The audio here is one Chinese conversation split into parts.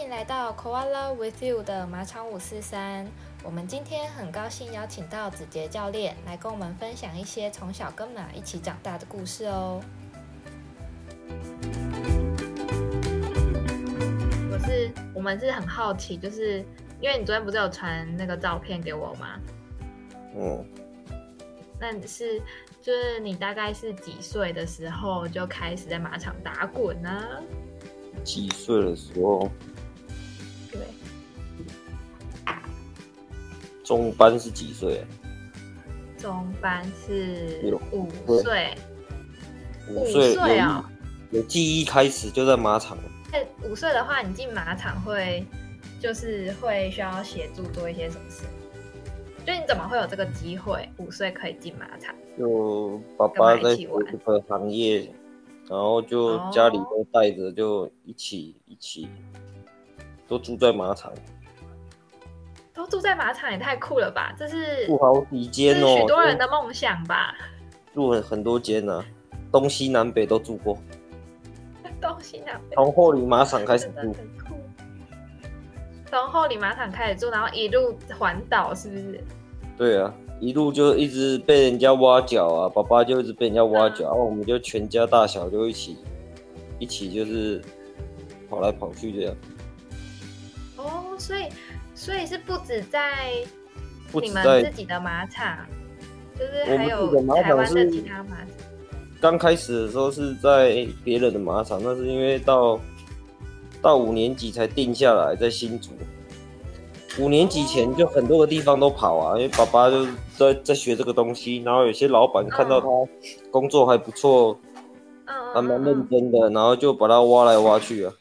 迎来到 Koala with you 的马场五四三。我们今天很高兴邀请到子杰教练来跟我们分享一些从小跟马一起长大的故事哦。我是我们是很好奇，就是因为你昨天不是有传那个照片给我吗？嗯，那你是就是你大概是几岁的时候就开始在马场打滚呢、几岁的时候，对，中班是几岁？中班是六五岁岁，五岁岁有啊、意有记忆开始就在马场了。在五岁的话，你进马场会就是会需要协助做一些什么事？就你怎么会有这个机会？五岁可以进马场？就爸爸跟马一在起这玩个行业，然后就哦家里都带着，就一起一起，都住在马场，都住在马场也太酷了吧！这是住好几这间是哦，许多人的梦想吧？ 住很很多间呢、啊，东西南北都住过，东西南北从后里马场开始真的住，很酷。从后里马场开始住，然后一路环岛，是不是？对啊，一路就一直被人家挖角啊，爸爸就一直被人家挖角，嗯然后、我们就全家大小就一起，一起就是跑来跑去这样，哦，所以所以是不止在不你止们自在己的马场，就是我还们有自己的马场台湾的是其他马场。刚开始的时候是在别人的马场，那是因为到到五年级才定下来在新竹。五年级前就很多个地方都跑啊，因为爸爸就在在学这个东西，然后有些老板看到他工作还不错，嗯，还蛮嗯嗯认真的，然后就把他挖来挖去啊。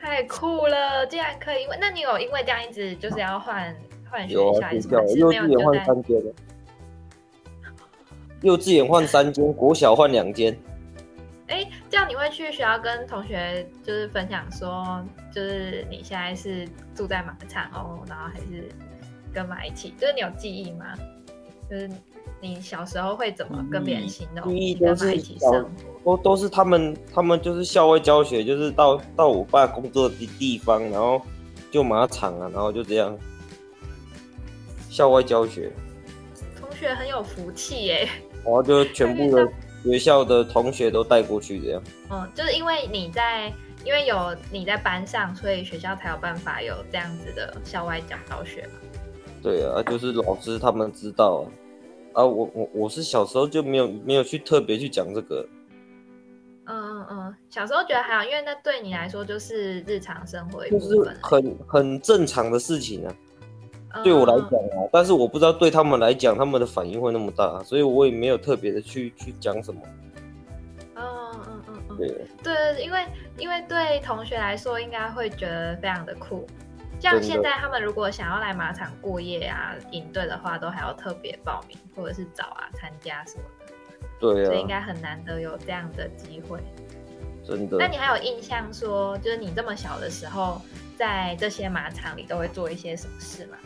太酷了！竟然可以，因为那你有因为这样一直就是要换换学有校啊，还学是什么校还是幼没有稚你园就换在？三间的，幼稚园换三间，国小换两间，哎，这样你会去学校跟同学就是分享说，就是你现在是住在马场哦，然后还是跟马一起，就是你有记忆吗？就是你小时候会怎么跟别人形容记忆你都跟马是一起生活？都都是他们，他们就是校外教学，就是到到我爸工作的地方，然后就马场啊，然后就这样，校外教学，同学很有福气耶，然后就全部的学校的同学都带过去这样。嗯，就是因为你在。因为有你在班上，所以学校才有办法有这样子的校外讲道学嘛。对啊，就是老师他们知道啊。啊，我我我是小时候就没有没有去特别去讲这个，嗯嗯，嗯，小时候觉得还好，因为那对你来说就是日常生活一就部是分了。很很正常的事情啊。嗯对我来嗯讲啊，但是我不知道对他们来讲，他们的反应会那么大，所以我也没有特别的去去讲什么。嗯嗯嗯嗯，嗯对，对对，因为因为对同学来说，应该会觉得非常的酷。像真的现在他们如果想要来马场过夜啊、营队的话，都还要特别报名或者是找啊参加什么的，对所以应啊，该很难得有这样的机会。真那的你还有印象说，就是你这么小的时候，在这些马场里都会做一些什么事吗？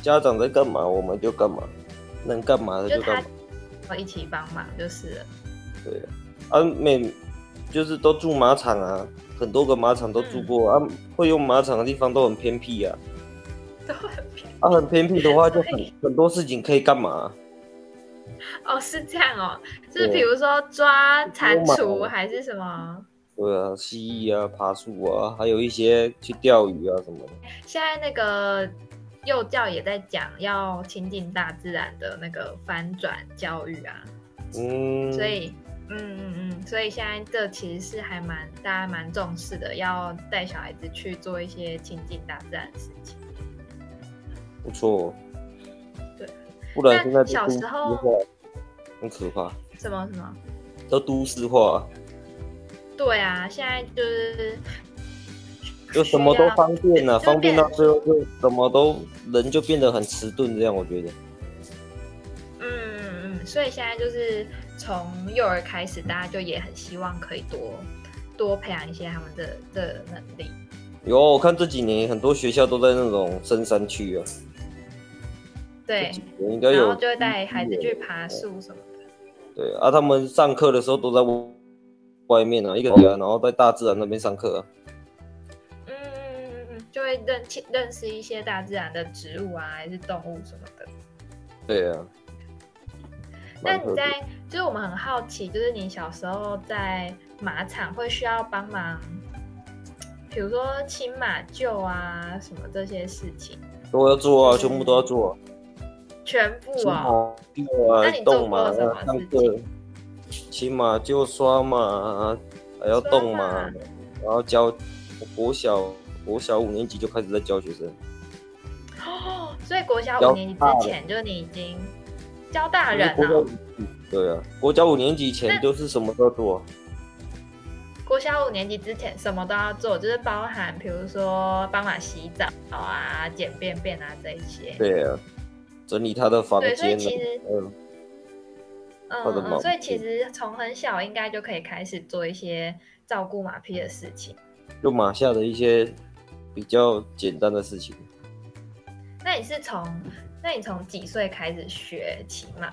家长在干嘛，我们就干嘛，能干嘛的就就他干嘛。会一起帮忙就是了。对啊，啊每就是都住马场啊，很多个马场都嗯住过、啊，会用马场的地方都很偏僻啊。都很偏啊，很偏僻的话，就所很以很多事情可以干嘛、哦，是这样哦，就是对比如说抓蟾捉蜍马还是什么？对啊，蜥蜴啊，爬树啊，还有一些去钓鱼啊什么的。现在那个幼教也在讲要亲近大自然的那个翻转教育啊，嗯，所以。嗯嗯嗯，所以现在这其实是还蛮大家蛮重视的，要带小孩子去做一些亲近大自然的事情。不错。哦对，不然现在那都小都时候市化很可怕，什么什么？都都市化，对啊，现在就是就什么都方便了、需要方便到最后就什么都人就变得很迟钝，这样我觉得。嗯，嗯，所以现在就是从幼儿开始，大家就也很希望可以多多培养一些他们的的能力。有啊，我看这几年很多学校都在那种深山区啊，对这，几年应该有然后就会带孩子去爬树什么的。对啊，他们上课的时候都在外面啊，一个人啊，然后在大自然那边上课啊，嗯就会认清认识一些大自然的植物啊，还是动物什么的。对啊。那蛮特你别在，就是我们很好奇，就是你小时候在马场会需要帮忙，比如说清马厩啊什么这些事情，都要做啊，全部都要做、啊。全部骑哦，马就啊那你，做动马过什么啊，上事课，骑马就刷马啊，还要动马刷啊马，然后教国小国小五年级就开始在教学生，哦，所以国小教五年级大人之前，就是你已经教大人因为国哦小。对啊，国小五年级前就是什么都要做啊、国小五年级之前什么都要做，就是包含比如说帮忙洗澡啊、捡便便啊这一些。对啊，整理他的房对，所以间啊其，实嗯，嗯，或者毛嗯，所以巾其实从很小应该就可以开始做一些照顾马匹的事情。就马下的一些比较简单的事情。那你是从，那你从几岁开始学骑马？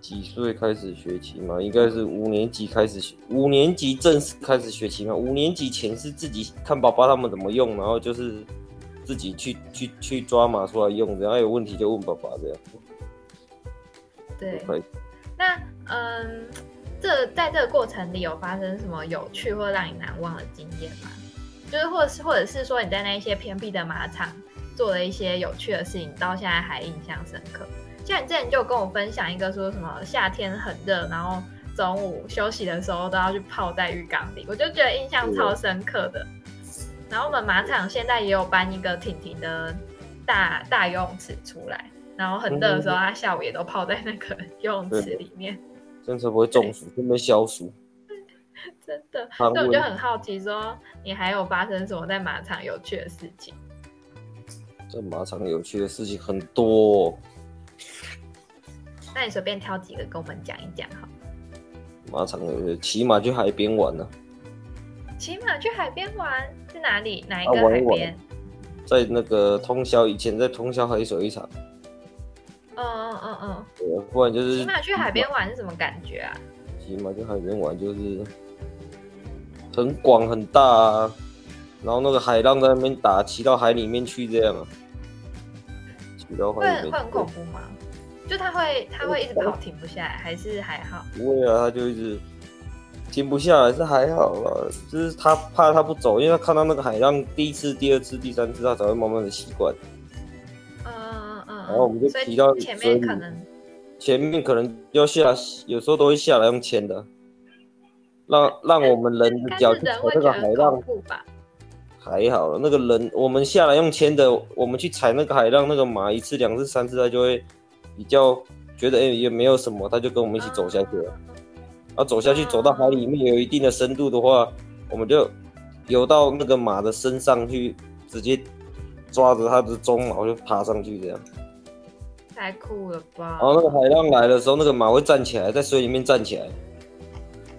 几岁开始学骑马？应该是五年级开始学，五年级正式开始学骑马。五年级前是自己看爸爸他们怎么用，然后就是自己去去去抓马出来用，然后有问题就问爸爸这样。对，可以。那嗯，这在这个过程里有发生什么有趣或让你难忘的经验吗？就是或者是或者是说你在那一些偏僻的马场做了一些有趣的事情，你到现在还印象深刻。像你之前就有跟我分享一个说什么夏天很热，然后中午休息的时候都要去泡在浴缸里，我就觉得印象对超深刻的。然后我们马场现在也有搬一个婷婷的大大游泳池出来，然后很热的时候，他下午也都泡在那个游泳池里面，真是不会中暑，真的消暑。真的。所所以我就很好奇，说你还有发生什么在马场有趣的事情？这马场有趣的事情很多、哦，那你随便挑几个跟我们讲一讲好了。马场有趣，骑马去海边玩啊呢、骑马去海边玩是哪里？哪一啊个玩海一玩边？在那个通宵以前在通宵黑水一场，嗯嗯嗯嗯。对啊不然就是骑马去海边玩是什么感觉啊？骑马去海边玩就是很广很大啊，然后那个海浪在那边打，骑到海里面去这样啊，骑到会海里会面很恐怖吗？就它会它会一直跑停不下来，还是还好？去，不会啊，他就一直停不下来，是还好啦，就是他怕他不走，因为他看到那个海浪，第一次、第二次、第三次，他才会慢慢的习惯。嗯嗯嗯嗯。然后我们就所以骑到前水面里可能前面可能要下，有时候都会下来用牵的，让让我们人应的该脚是去人踩会那觉个海得浪恐，怖吧？还好了，那个人我们下来用牵的，我们去踩那个海浪，那个马一次、两次、三次，它就会比较觉得哎、也没有什么，它就跟我们一起走下去嗯。了。嗯嗯啊，走下去走到海里面有一定的深度的话，我们就游到那个马的身上去，直接抓着它的鬃毛就爬上去这样。嗯太酷了吧！然后那个海浪来的时候，那个马会站起来，在水里面站起来，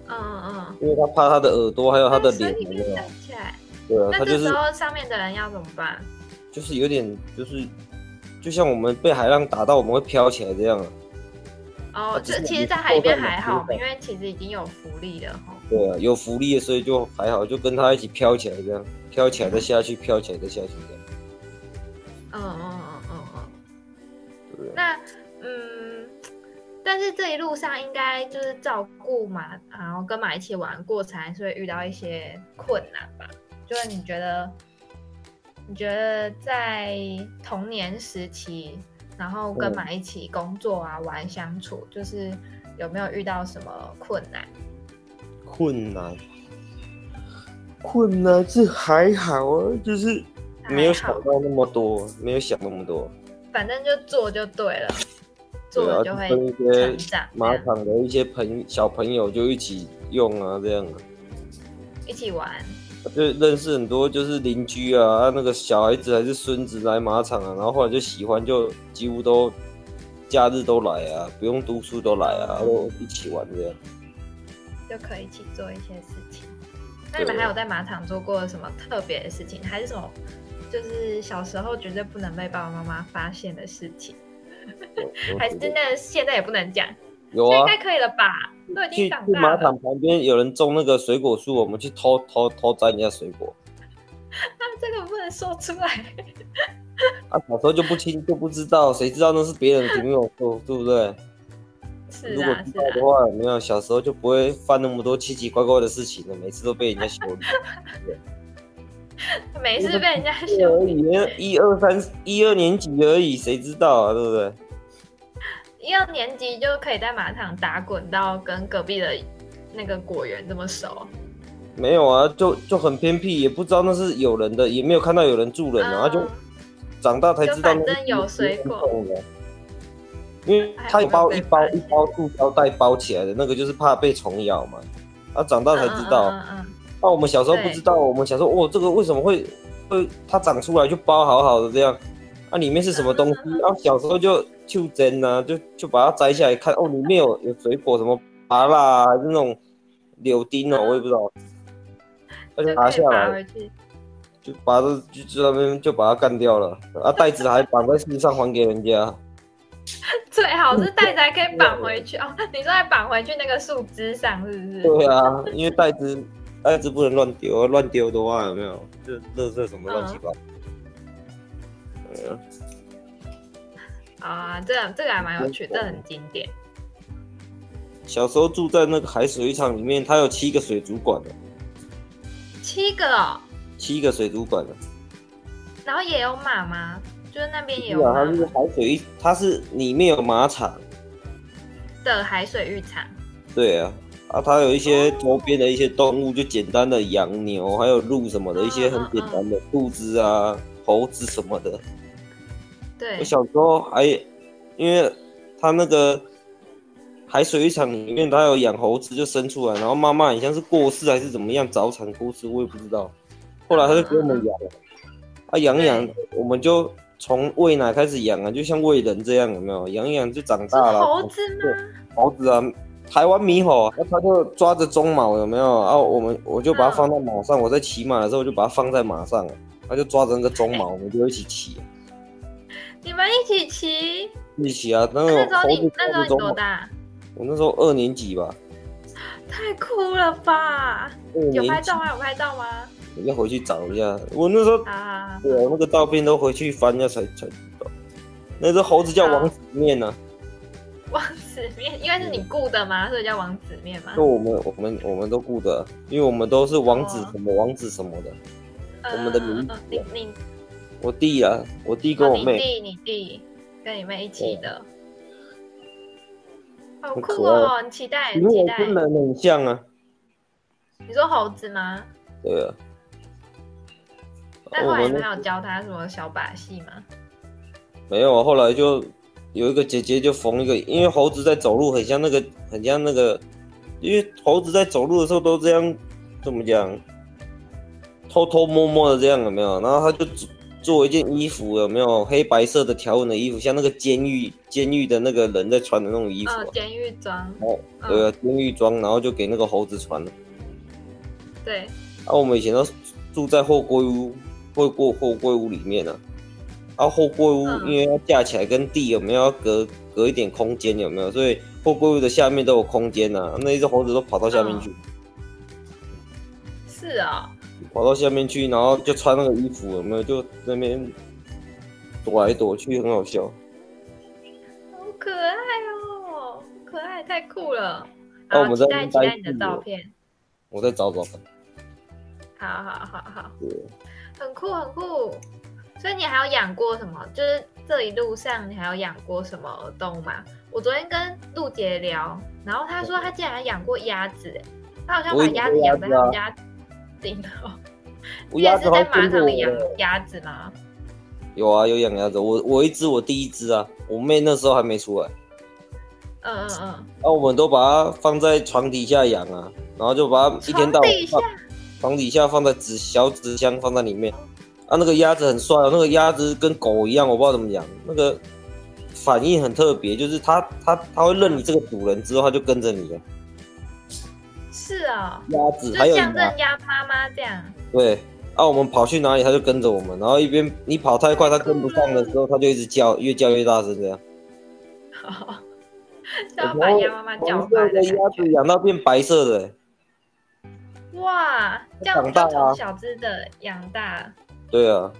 嗯嗯，因为它怕它的耳朵还有它的所脸以有你没有站起来，对啊，那它就这是时候上面的人要怎么办？就是有点就是，就像我们被海浪打到，我们会飘起来这样啊。哦啊，这就是其实，在海边还好嘛，因为其实已经有浮力了吼。对啊，有浮力，所以就还好，就跟它一起飘起来这样，飘起来再下去，飘起来再下去这样，嗯嗯嗯嗯嗯。对不对？那嗯，但是这一路上应该就是照顾马，然后跟马一起玩过程，还是会遇到一些困难吧？就是你觉得，你觉得在童年时期，然后跟嗯马一起工作啊、玩相处，就是有没有遇到什么困难？困难，困难这还好啊，就是没有想还好到那么多，没有想那么多。反正就做就对了，做对了啊，就会跟成一些长，马这样场的一些朋小朋友就一起用啊，这样啊，一起玩。就认识很多就是邻居啊，啊那个小孩子还是孙子来马场啊，然后后来就喜欢，就几乎都假日都来啊，不用读书都来啊，都一起玩这样。就可以一起做一些事情。那你们对还有在马场做过什么特别的事情，还是什么？就是小时候绝对不能被爸爸妈妈发现的事情，我还是我觉得那现在也不能讲，有现在应啊，该可以了吧？都已经去长去大马了，场旁边有人种那个水果树，我们去偷偷偷摘人家水果。啊这个不能说出来。啊，小时候就不清就不知道，谁知道那是别人的题目，对对不对？是如果啊，知是道啊的，话，没有小时候就不会犯那么多奇奇怪怪的事情了，每次都被人家修理。啊每次被人家对而 修理。已，一二三一二年级而已，谁知道啊，对不对？一二年级就可以在马场打滚到跟隔壁的那个果园这么熟，没有啊，就就很偏僻，也不知道那是有人的，也没有看到有人住人啊，然后就嗯长大才知道那就反正有水果种的。因为它有包哎一我包没有被发一现包塑胶袋包起来的那个，就是怕被虫咬嘛。啊，长大才知道。嗯嗯嗯那、我们小时候不知道，我们小时候哦，这个为什么会会它长出来就包好好的这样？啊，里面是什么东西？嗯然后、小时候就就真啊，就就把它摘下来看，哦，嗯里面有有水果，什么芭乐啊，还是那种柳丁哦，我也不知道，嗯那就就拿可以下拔来，回去。 就把这就就那边就把它干掉了，啊，袋子还绑在树上还给人家，最好是袋子还可以绑回去哦。 你说还绑回去那个树枝上是不是？嗯对啊，因为袋子袋子不能乱丢啊，乱丢的话有没有？就垃圾什么乱七八糟。对啊啊，这这个还蛮有趣，这很经典。小时候住在那个海水浴场里面，它有七个水族馆的，七个哦，七个水族馆的。然后也有马吗？就是那边也是有马啊，它是海水浴，它是里面有马场，的海水浴场。对啊，啊，它有一些周边的一些动物，就简单的羊牛，还有鹿什么的，一些很简单的兔子啊、猴子什么的。对我，小时候还，因为它那个海水浴场里面，它有养猴子，就生出来，然后妈妈好像是过世还是怎么样，早产过世，我也不知道。后来他就给我们养了，啊养一养，我们就从喂奶开始养啊，就像喂人这样，有没有？养一养就长是大了。猴子吗？猴子啊，台湾猕猴，啊，它就抓着鬃毛，有没有？啊，我们我就嗯把它放在马上，我在骑马的时候我就把它放在马上，它就抓着那个鬃毛，我们就一起骑、你们一起骑？一起啊，那那个时候猴你子那时候你抓着鬃多毛，大？我那时候二年级吧，太酷了吧！二有拍年级照吗？有拍照吗？我要回去找一下。我那时候啊， 我那个照片都回去翻一下才才知道，那只猴子啊叫王子面呢、王子面，因为是你雇的嘛，所以叫王子面嘛就。我们我们我们都顾的，因为我们都是王哦子什么王子什么的。我们的名字呃你你我弟啊，我弟跟哦我你妹，弟你弟跟你妹一起的，好很酷可爱哦！很期待，因很为期我待。跟人很像啊，你说猴子吗？对啊。但哦我后来你们们那有教他什么小把戏吗？没有啊，后来就有一个姐姐就缝一个，因为猴子在走路很像那个，很像那个，因为猴子在走路的时候都这样，怎么讲，偷偷摸摸的这样有没有？然后他就做做一件衣服有没有黑白色的条纹的衣服，像那个监狱监狱的那个人在穿的那种衣服啊、嗯，监狱装。哦嗯，对啊，监狱装，然后就给那个猴子穿了。对，啊，我们以前都住在货柜屋，货柜货柜屋里面啊。啊，货柜屋嗯因为要架起来跟地有没有要隔隔一点空间有没有？所以货柜屋的下面都有空间呐、啊。那一只猴子都跑到下面去，是哦，跑到下面去，然后就穿那个衣服有没有？就那边躲来躲去，很好笑。好可爱哦，可爱太酷了。那我好，们期在待那边期待你待哦的剧照了片。我再找找看。好好好好，对，很酷很酷。所以你还有养过什么？就是这一路上你还有养过什么动物吗？我昨天跟陆杰聊，然后他说他竟然养过鸭子、欸，他好像嗯我把也鸭养子过养鸭在他子啊们家顶头。我你也鸭是子好在像马跟场我里养鸭子吗？有啊，有养鸭子。我我一只，我第一只啊，我妹那时候还没出来。嗯嗯嗯，那、我们都把它放在床底下养啊，然后就把它一天到晚床底下放床底下放在纸小纸箱放在里面。啊，那个鸭子很帅哦，那个鸭子跟狗一样，我不知道怎么讲，那个反应很特别，就是它它它会认你这个主人之后，它就跟着你了。是哦，鸭子就嗯还有像鸭认，鸭妈妈这 样。对。啊，我们跑去哪里，它就跟着我们，然后一边你跑太快，它跟不上的时候，它就一直叫，越叫越大声这样。就要把鸭妈妈叫红回来色的的感鸭子觉。养到变白色的、哇，这样长大就啊从小只的养大，对啊，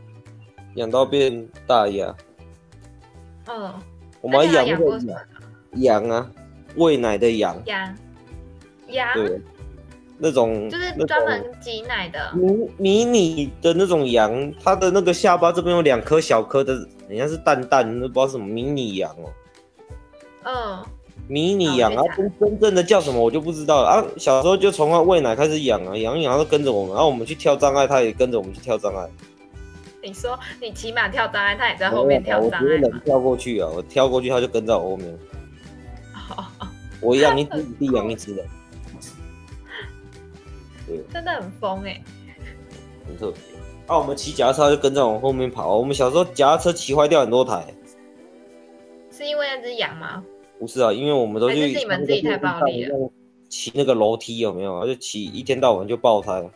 养到变大鸭，嗯，我们还那你还养养过过什么羊啊，喂奶的啊羊，羊，羊对，那种啊就是那专种门挤奶的，迷迷你的那种羊，它的那个下巴这边有两颗小颗的，人家是蛋蛋，都不知道什么迷你羊哦，嗯，迷你羊哦啊我，真真正的叫什么我就不知道了啊。小时候就从它喂奶开始养啊，养一养它就跟着我们，然、后我们去跳障碍，它也跟着我们去跳障碍。你说你骑马跳障碍，它也在后面跳障哦我碍直接嘛人？跳过去啊，我跳过去它就跟在我后面。哦，我养一只，你弟养一只的，真的很疯哎、很特别。啊，我们骑脚踏车它就跟在我们后面跑。我们小时候脚踏车骑坏掉很多台，是因为那只羊吗？不是啊，因为我们都还是去是你们自己太暴力了，骑那个楼梯有没有？就骑一天到晚就 爆胎，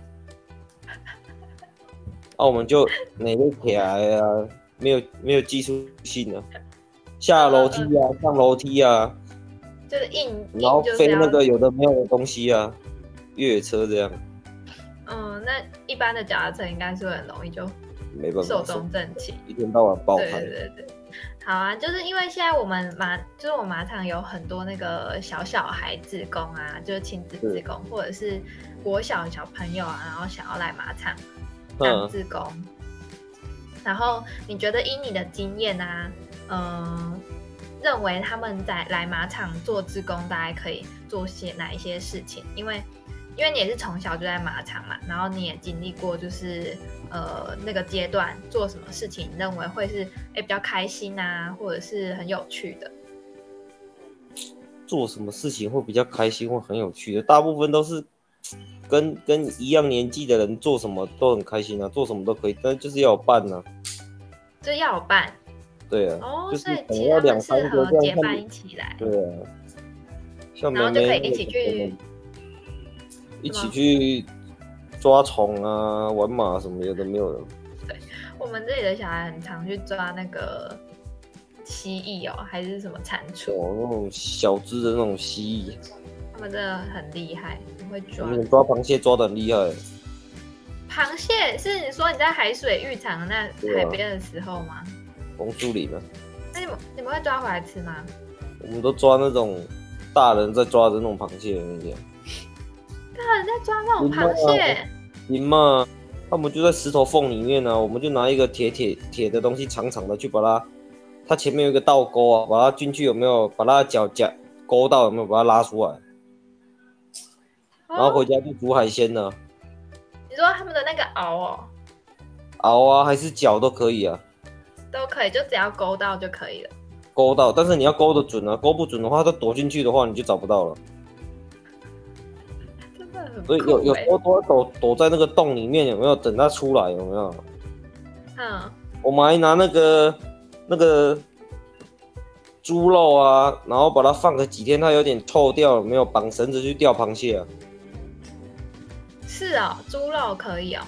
啊，我们就哪个起来啊，没有没有技术性啊，下楼梯啊，上楼梯啊，就是硬，嗯硬然后就是飞要那个有的没有的东西啊，越野车这样，嗯，那一般的脚踏车应该是会很容易就没办寿法，终正寝。一天到晚爆对胎，对对，好啊，就是因为现在我们马，就是我马场有很多那个小小孩志工啊，就是亲子志工，或者是国小小朋友啊，然后想要来马场当嗯，志工。然后你觉得以你的经验啊，嗯、认为他们在来马场做志工，大概可以做些哪一些事情？因为因为你也是从小就在马场嘛，然后你也经历过就是呃那个阶段做什么事情，你认为会是哎比较开心啊，或者是很有趣的？做什么事情会比较开心或很有趣的，大部分都是跟跟一样年纪的人做什么都很开心啊，做什么都可以，但就是要有伴啊，就要有伴对啊，哦，就是所以可能其实要他们适两三个合这样结看伴一起来。对啊，像然后妹就可妹以一起去，一什起么去抓虫啊、玩马什么有的没有的，我们这里的小孩很常去抓那个蜥蜴哦，还是什么蟾蜍，哦，那种小只的那种蜥蜴，他们真的很厉害，很会我抓。们抓螃蟹抓的很厉害，螃蟹是你说你在海水浴场那啊海边的时候吗？红树林啊，那你们你们会抓回来吃吗？我们都抓那种大人在抓的那种螃蟹啊那些，啊大啊人在抓那种螃不会蟹，你嘛，他们就在石头缝里面呢、啊我们就拿一个铁铁铁的东西长长的去把它，它前面有一个倒钩啊，把它进去有没有？把它的脚夹勾到有没有？把它拉出来，然后哦，回家就煮海鲜呢、你说他们的那个螯哦熬啊，还是脚都可以啊，都可以，就只要勾到就可以了。勾到，但是你要勾得准啊，勾不准的话，它躲进去的话，你就找不到了。真的很酷所以有有欸时候都要躲躲在那个洞里面，有没有？等它出来有没有？嗯，我们还拿那个那个猪肉啊，然后把它放个几天，它有点臭掉了，有没有绑绳子去钓螃蟹啊。是哦，猪肉可以哦，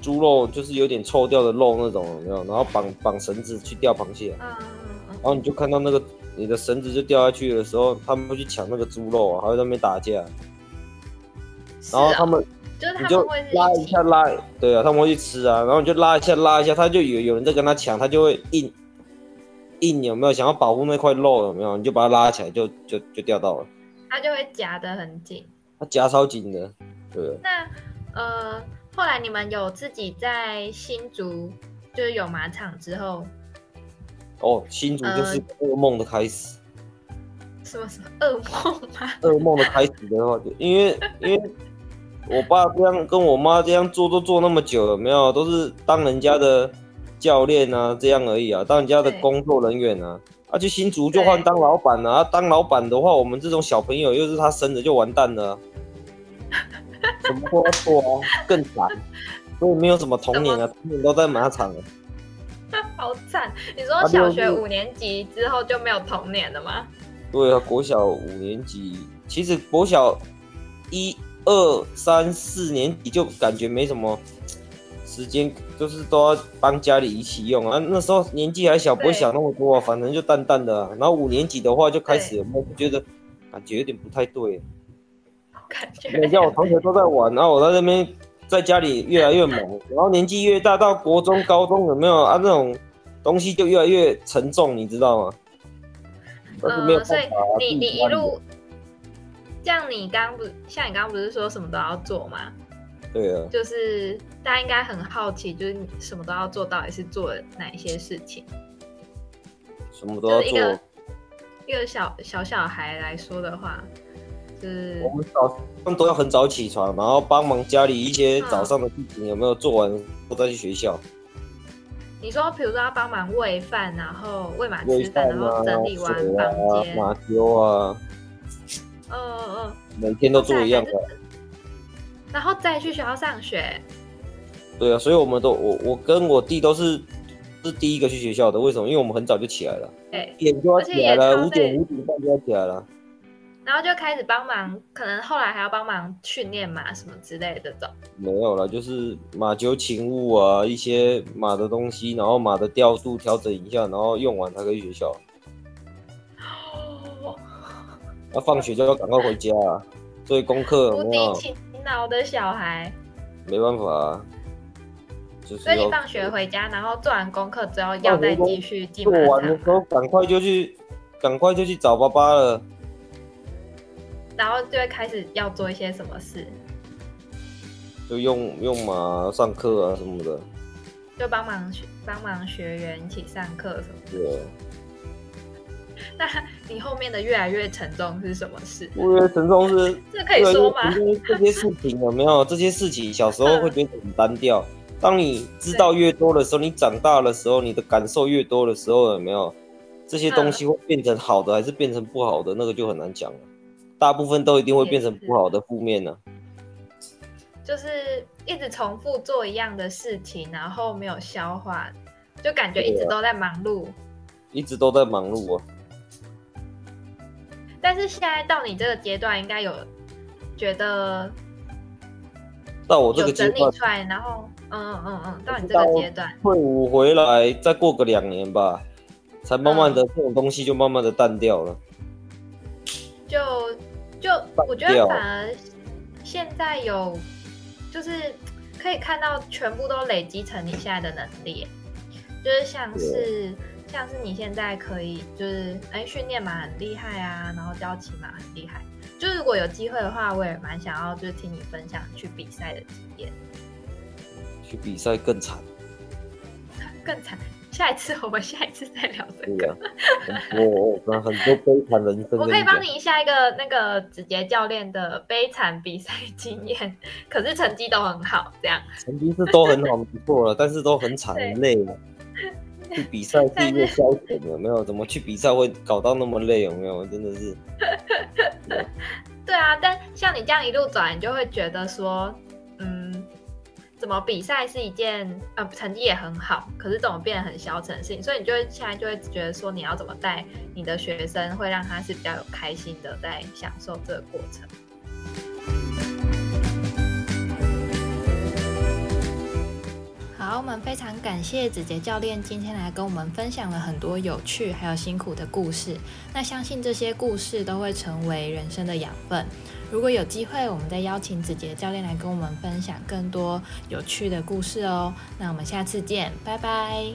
猪肉就是有点臭掉的肉那种，有没有？然后绑绑绳子去钓螃蟹啊、嗯嗯嗯然后你就看到那个你的绳子就掉下去的时候，他们会去抢那个猪肉啊，还会在那边打架，嗯，是然后他哦，们就是你他就们会是拉一一起下拉，对啊，他们会去吃啊，然后你就拉一下拉一下，他就有有人在跟他抢，他就会硬硬有没有想要保护那块肉有没有？你就把它拉起来就就就钓到了，它就会夹得很紧。它夹超紧的，对啊，那呃，后来你们有自己在新竹，就是有马场之后，哦，新竹就是噩梦的开始，什么什么噩梦吗？ 噩梦的开始的话，就因为因为我爸这样跟我妈这样做都做那么久了，有没有都是当人家的教练啊这样而已啊，当人家的对工作人员啊。啊，去新竹就对换当老板了、啊。当老板的话，我们这种小朋友又是他生的，就完蛋了啊、什么都要做啊，更惨。所以没有什么童年啊，童年都在马场啊。好惨！你啊说小没学有五年级之后就没有童年了吗？ 对啊，国小五年级，其实国小一二三四年级就感觉没什么时间，就是都要帮家里一起用啊。那时候年纪还小，不会对想那么多啊，反正就淡淡的、啊。然后五年级的话，就开始有没有觉得感觉有点不太对，感觉啊人家我同学都在玩，然后我在那边在家里越来越忙，然后年纪越大，到国中、高中有没有啊？那种东西就越来越沉重，你知道吗？但是没有嗯，办所法以啊、你自你己一管理路，像你刚不像你刚不是说什么都要做吗？对啊，就是大家应该很好奇，就是你什么都要做，到底是做了哪一些事情？什么就都要是一个做。一个小小小孩来说的话，就是我们早上都要很早起床，然后帮忙家里一嗯些早上的事情有没有做完，我再去学啊校。你说，比如说要帮忙喂饭，然后喂马喂吃饭，饭然啊后，整理完水啊房，间，马修啊，嗯嗯嗯，每天都做一样的。然后再去学校上学。对啊，所以我们都我我跟我弟都是是第一个去学校的，为什么？因为我们很早就起来了，对，一点就要起而来且也了，超五点累五点半就要起来了。然后就开始帮忙，可能后来还要帮忙训练马什么之类的这种。没有啦，就是马厩勤务啊，一些马的东西，然后马的调度调整一下，然后用完才可以去学校。那、放学就要赶快回家啊，所以功课有无没敌有勤劳的小孩，没办法、啊，就是所以要你放学回家，然后做完功课之后，学要再继续进啊做马完的场时，候赶快就去，赶快就去找爸爸了。然后就会开始要做一些什么事，就用用马上课啊什么的，就帮忙学帮忙学员一起上课什么。对。啊那你后面的越来越沉重是什么事？我觉得陈重是这可以说吗？嗯对因为这些事情有没有？这些事情小时候会觉得很单调，当你知道越多的时候，你长大的时候，你的感受越多的时候，有没有？这些嗯东西会变成好的还是变成不好的，那个就很难讲了。大部分都一定会变成不好的负面呢、就是一直重复做一样的事情，然后没有消化，就感觉一直都在忙碌。一直都在忙碌啊。但是现在到你这个阶段，应该有觉得到我这有个阶整理段，出来，然后嗯嗯嗯嗯，到你这我知个道阶段，退伍回来再过个两年吧，才慢嗯慢的、这种东西就慢慢的淡掉了。就就放我觉掉得反而现在有就是可以看到全部都累积成你现在的能力，就是像是像是你现在可以就是哎训练马很厉害啊，然后教骑马很厉害。就是如果有机会的话，我也蛮想要就是听你分享去比赛的经验，啊去比赛更惨，更惨。下一次我们下一次再聊这对个。呀、我我我很多悲惨人生。我可以跟你讲帮你下一个那个子杰教练的悲惨比赛经验，可是成绩都很好，这样。成绩是都很好，不错了，但是都很惨对很累了。去比赛是一个消遣，有没有？怎么去比赛会搞到那么累？有没有？真的是对啊，但像你这样一路走来，你就会觉得说，嗯，怎么比赛是一件呃成绩也很好，可是怎么变得很消沉性，所以你就会现在就会觉得说，你要怎么带你的学生，会让他是比较有开心的在享受这个过程。好，我们非常感谢子杰教练今天来跟我们分享了很多有趣还有辛苦的故事。那相信这些故事都会成为人生的养分。如果有机会，我们再邀请子杰教练来跟我们分享更多有趣的故事哦。那我们下次见，拜拜。